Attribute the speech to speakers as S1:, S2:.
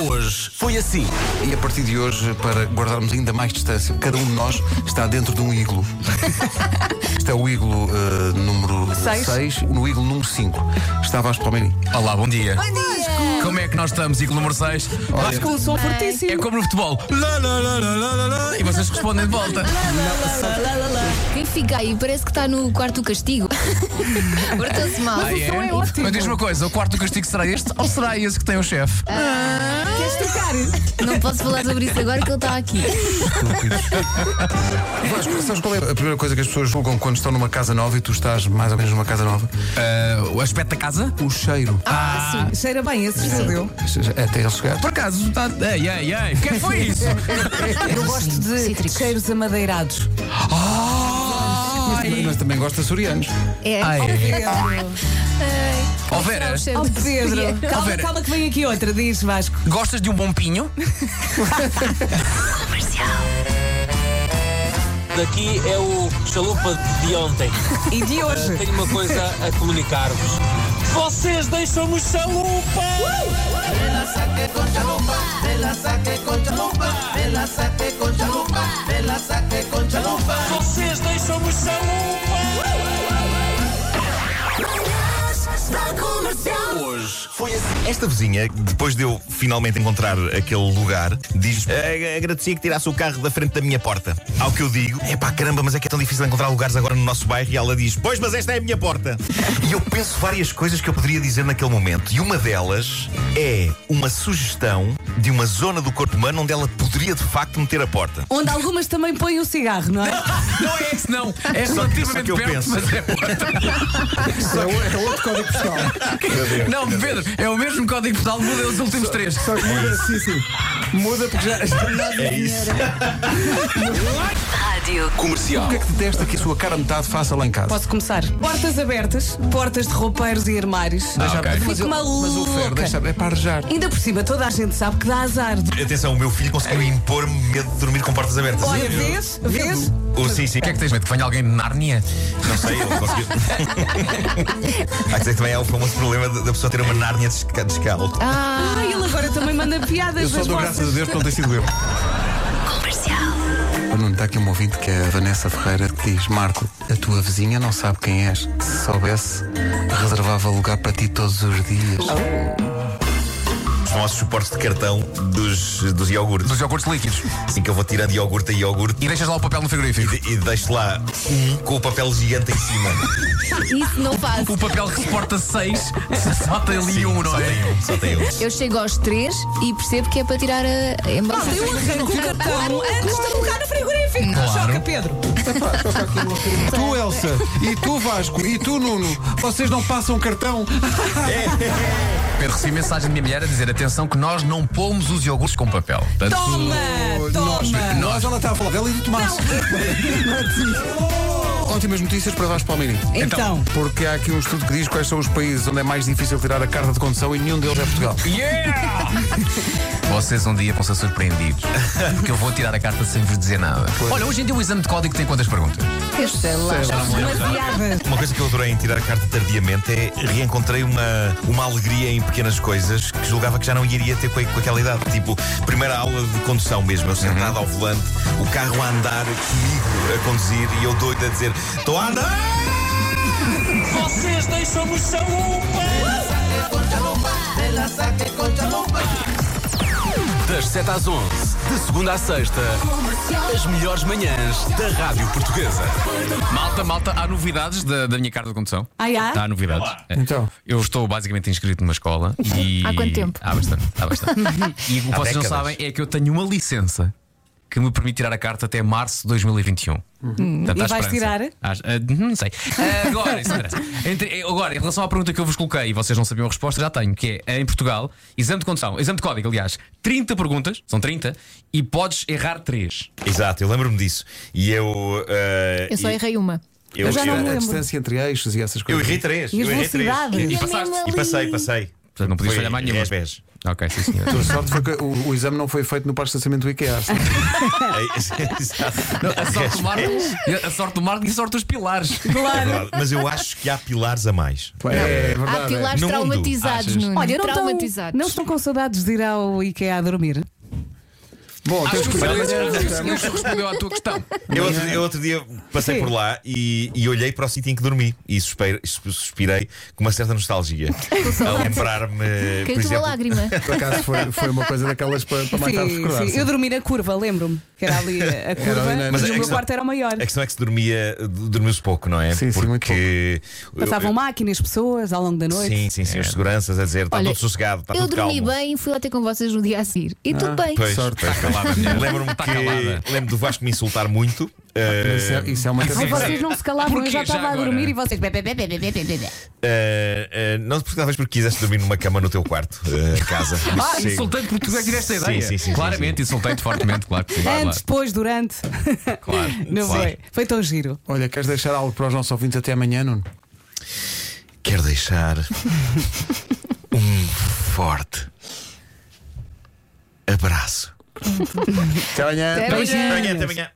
S1: hoje foi assim.
S2: E a partir de hoje, para guardarmos ainda mais distância, cada um de nós está dentro de um iglo. este é o iglo eh, número
S3: Seis.
S2: 6. No iglo número 5 está Vasco Palmeirim.
S1: Olá, bom dia. Como é que nós estamos, Iglo número 6?
S3: Acho que um som fortíssimo.
S1: É como no futebol. Lá, lá, lá, lá, lá, lá, lá, e vocês respondem de volta.
S4: Quem fica aí parece que está no quarto do castigo. Portou-se mal.
S1: Ah,
S3: som é ótimo.
S1: Mas diz uma coisa: o quarto do castigo será este ou será esse que tem o chefe?
S3: Queres trocar?
S4: Não posso falar sobre isso agora que ele está aqui.
S2: Vasco, sabes qual é a primeira coisa que as pessoas julgam quando estão numa casa nova e tu estás mais ou menos numa casa nova?
S1: Ah, o aspecto da casa?
S2: O cheiro. Ah,
S4: Ah, sim.
S3: Cheira bem esse estúdio.
S2: Até ele chegar.
S1: Por acaso, tá... ei, ei, ei, o que é que foi isso?
S3: Eu gosto de
S4: Cítricos.
S3: cheiros amadeirados.
S2: Ah,
S1: Ai.
S2: Mas também gosto de açorianos.
S4: É.
S1: Ai.
S3: Pedro.
S1: Ó, Vera,
S5: É.
S4: o cheiro
S3: Oh,
S4: de
S3: Pedro.
S4: porcaria.
S3: Calma,
S1: Vera.
S3: calma que vem aqui outra, diz Vasco.
S1: gostas de um bom pinho?
S6: Daqui é o chalupa de ontem.
S3: E de hoje.
S6: Tenho uma coisa a comunicar-vos. Vocês deixam-me chalupa! Vocês deixam-me chalupa!
S5: assim. Esta vizinha, depois de eu finalmente encontrar aquele lugar, diz: "Ah, Agradecia que tirasse o carro da frente da minha porta. Ao que eu digo: É pá, caramba, mas é que é tão difícil encontrar lugares agora no nosso bairro. E ela diz: Pois, mas esta é a minha porta. E eu penso várias coisas que eu poderia dizer naquele momento. E uma delas é uma sugestão de uma zona do corpo humano onde ela poderia de facto meter a porta.
S3: Onde algumas também põem o cigarro, não é?
S1: Não é esse, não. É
S5: Só- só
S1: relativamente
S5: que eu
S1: perto,
S5: penso.
S1: mas é outro.
S2: É outro código postal.
S1: Não, Pedro, é o mesmo código postal, muda os últimos três.
S2: Só que muda, sim, sim. Muda porque já.
S5: É isso.
S2: O que é que detesta que a sua cara metade faça lá em casa?
S3: Posso começar? Portas abertas, portas de roupeiros e armários.
S1: Ah, ok.
S2: Mas,
S3: Fico
S2: eu- mas o Fer,
S3: maluca.
S2: deixa, é para arejar.
S3: Ainda por cima, toda a gente sabe que dá azar.
S5: Atenção, o meu filho conseguiu impor-me medo de dormir com portas abertas.
S3: Olha, vês? Vês?
S5: Oh, sim, sim.
S1: O que é que tens medo? Que venha alguém de Nárnia?
S5: Não sei, ele conseguiu. Há que dizer que também é o famoso problema de- da pessoa ter uma nárnia desca- descalço.
S3: Ah, ele agora também manda
S2: Eu
S3: piadas
S2: só
S3: nas
S2: dou
S3: vossas.
S2: graças a Deus que não tem sido eu. Comercial. Nuno, está aqui um ouvinte que é a Vanessa Ferreira que diz: Marco, a tua vizinha não sabe quem és. Se soubesse, reservava lugar para ti todos os dias.
S5: Os nossos suportes de cartão dos, dos iogurtes.
S1: Dos iogurtes líquidos.
S5: Assim que eu vou tirando iogurte a iogurte
S1: E deixas lá o papel no frigorífico.
S5: e, e deixo lá um com o papel gigante em cima.
S4: Isso não faço.
S1: O papel que suporta seis, só tem ali um, não
S5: só
S1: é?
S5: tem um, só tem um.
S4: Eu chego aos três e percebo que é para tirar a a
S3: Malta,
S4: embalagem.
S3: eu arranco o cartão antes de colocar no frigorífico. Não
S1: Claro.
S3: choca, Pedro.
S2: Tu, Elsa, e tu, Vasco, e tu, Nuno, vocês não passam cartão.
S1: Pedro, recebi mensagem da minha mulher a dizer: atenção, que nós não pomos os iogurtes com papel. Portanto,
S3: Toma! Toma!
S2: Nós, ela está a falar dela e do Tomás. é Ótimas notícias para Vasco Palmeirim.
S3: Então,
S2: Porque há aqui um estudo que diz quais são os países onde é mais difícil tirar a carta de condução e nenhum deles é Portugal.
S1: Yeah! Vocês um dia vão ser surpreendidos. Porque eu vou tirar a carta sem vos dizer nada. Olha, hoje em dia o exame de código tem quantas perguntas?
S4: Eu
S3: é
S4: sei lá.
S3: demasiadas.
S5: Uma coisa que eu adorei em tirar a carta tardiamente é reencontrei uma, uma alegria em pequenas coisas que julgava que já não iria ter com, a- com aquela idade. Tipo, primeira aula de condução mesmo, eu sentado
S1: Uhum.
S5: ao volante, o carro a andar comigo a conduzir e eu doido a dizer: Estou a andar!
S6: Vocês deixam-me chalupa!
S7: Das 7 às 11, de segunda à sexta, as melhores manhãs da Rádio Portuguesa.
S1: Malta, malta, há novidades da, da minha carta de condução?
S3: Ai, há?
S1: Há novidades. É.
S2: Então.
S1: Eu estou basicamente inscrito numa escola e.
S4: Há quanto tempo?
S1: Há bastante, há bastante. e o que vocês não
S5: décadas.
S1: sabem é que eu tenho uma licença que me permite tirar a carta até março de 2021. Portanto,
S3: E
S1: há
S3: vais
S1: esperança.
S3: tirar?
S1: Há- ah, não sei. Ah, agora, isso interessa. Entre- agora, em relação à pergunta que eu vos coloquei e vocês não sabiam a resposta, já tenho, que é em Portugal, exame de condução, exame de código, aliás, 30 perguntas, são 30, e podes errar 3.
S5: Exato, eu lembro-me disso. E eu. eh,
S4: Eu só
S5: e-
S4: errei uma.
S5: Eu,
S3: já
S5: eu-
S3: não me
S2: A
S3: lembro.
S2: distância entre eixos e essas
S5: eu
S2: coisas.
S5: errei três.
S3: E as
S5: eu errei três.
S3: velocidades?
S5: E,
S1: E passaste.
S5: e passei, passei.
S1: Portanto, não podias
S5: Foi
S1: falhar mais nenhuma.
S5: dez vezes.
S1: Ok, sim, senhor.
S2: A sorte foi que o, o exame não foi feito no parque de estacionamento do IKEA. assim.
S5: É, Exato.
S3: Tá
S1: A sorte do Marco, a sorte do Marco e a sorte dos pilares.
S5: É verdade. Mas eu acho que há pilares a mais.
S2: É, é verdade.
S4: Há
S2: é.
S4: pilares
S5: No mundo,
S4: traumatizados,
S2: achas?
S4: Nuno.
S3: Olha, não estão,
S4: traumatizados.
S3: não estão com saudades de ir ao IKEA a dormir?
S2: Bom, temos
S1: Acho que
S2: que
S1: o
S2: cuidar.
S1: Ele respondeu à tua questão.
S5: Eu outro, eu outro dia passei
S3: Sim.
S5: por lá e, e olhei para o sítio em que dormi e suspirei, suspirei com uma certa nostalgia. a lembrar-me, por
S4: Caiu-te uma
S5: exemplo,
S4: lágrima.
S2: Por acaso foi, foi uma coisa daquelas para, para mais tarde
S3: Sim,
S2: recordar.
S3: sim. Eu dormi na curva, lembro-me que era ali a a curva,
S2: ali na- Mas
S3: mas o
S2: é
S3: meu
S5: que-
S3: quarto era o maior.
S5: a questão é que se dormia, dormiu-se pouco, não é?
S2: Sim, sim, muito
S5: Porque
S3: Passavam máquinas, pessoas ao longo da noite.
S5: Sim, sim,
S2: É.
S5: sim, os seguranças a dizer, está
S4: Olha,
S5: tudo sossegado, está
S4: Eu
S5: tudo
S4: dormi
S5: calmo.
S4: bem e fui lá ter com vocês no dia a seguir. E tudo bem.
S5: Pois,
S2: Sorte.
S5: pois, calada, mulher. Lembro-me
S1: Tá calada.
S5: que lembro do Vasco me insultar muito. eh,
S2: Isso é, isso é uma
S3: Ai,
S2: cabeça.
S3: vocês não se calavam, eu
S1: Porquê?
S3: já
S1: Já
S3: estava a
S1: agora?
S3: dormir e vocês. Bebê, bebê, bebê, bebê, bebê.
S2: é-
S5: eh, eh, não, porque talvez porque quiseste dormir numa cama no teu quarto, eh, casa.
S1: Ah,
S5: Sossego.
S1: insultei-te porque tu é que tiveste a
S5: Sim,
S1: ideia.
S5: sim, sim, sim,
S1: Claramente, insultei-te fortemente, claro que sim. claro,
S3: Antes, depois, durante.
S1: claro.
S3: Não
S5: Claro.
S3: foi. Foi tão giro.
S2: Olha, queres deixar algo para os nossos ouvintes até amanhã, Nuno?
S5: Quero deixar um forte abraço.
S2: Até amanhã.
S4: Até amanhã. É
S2: Então,
S5: Até amanhã, até amanhã.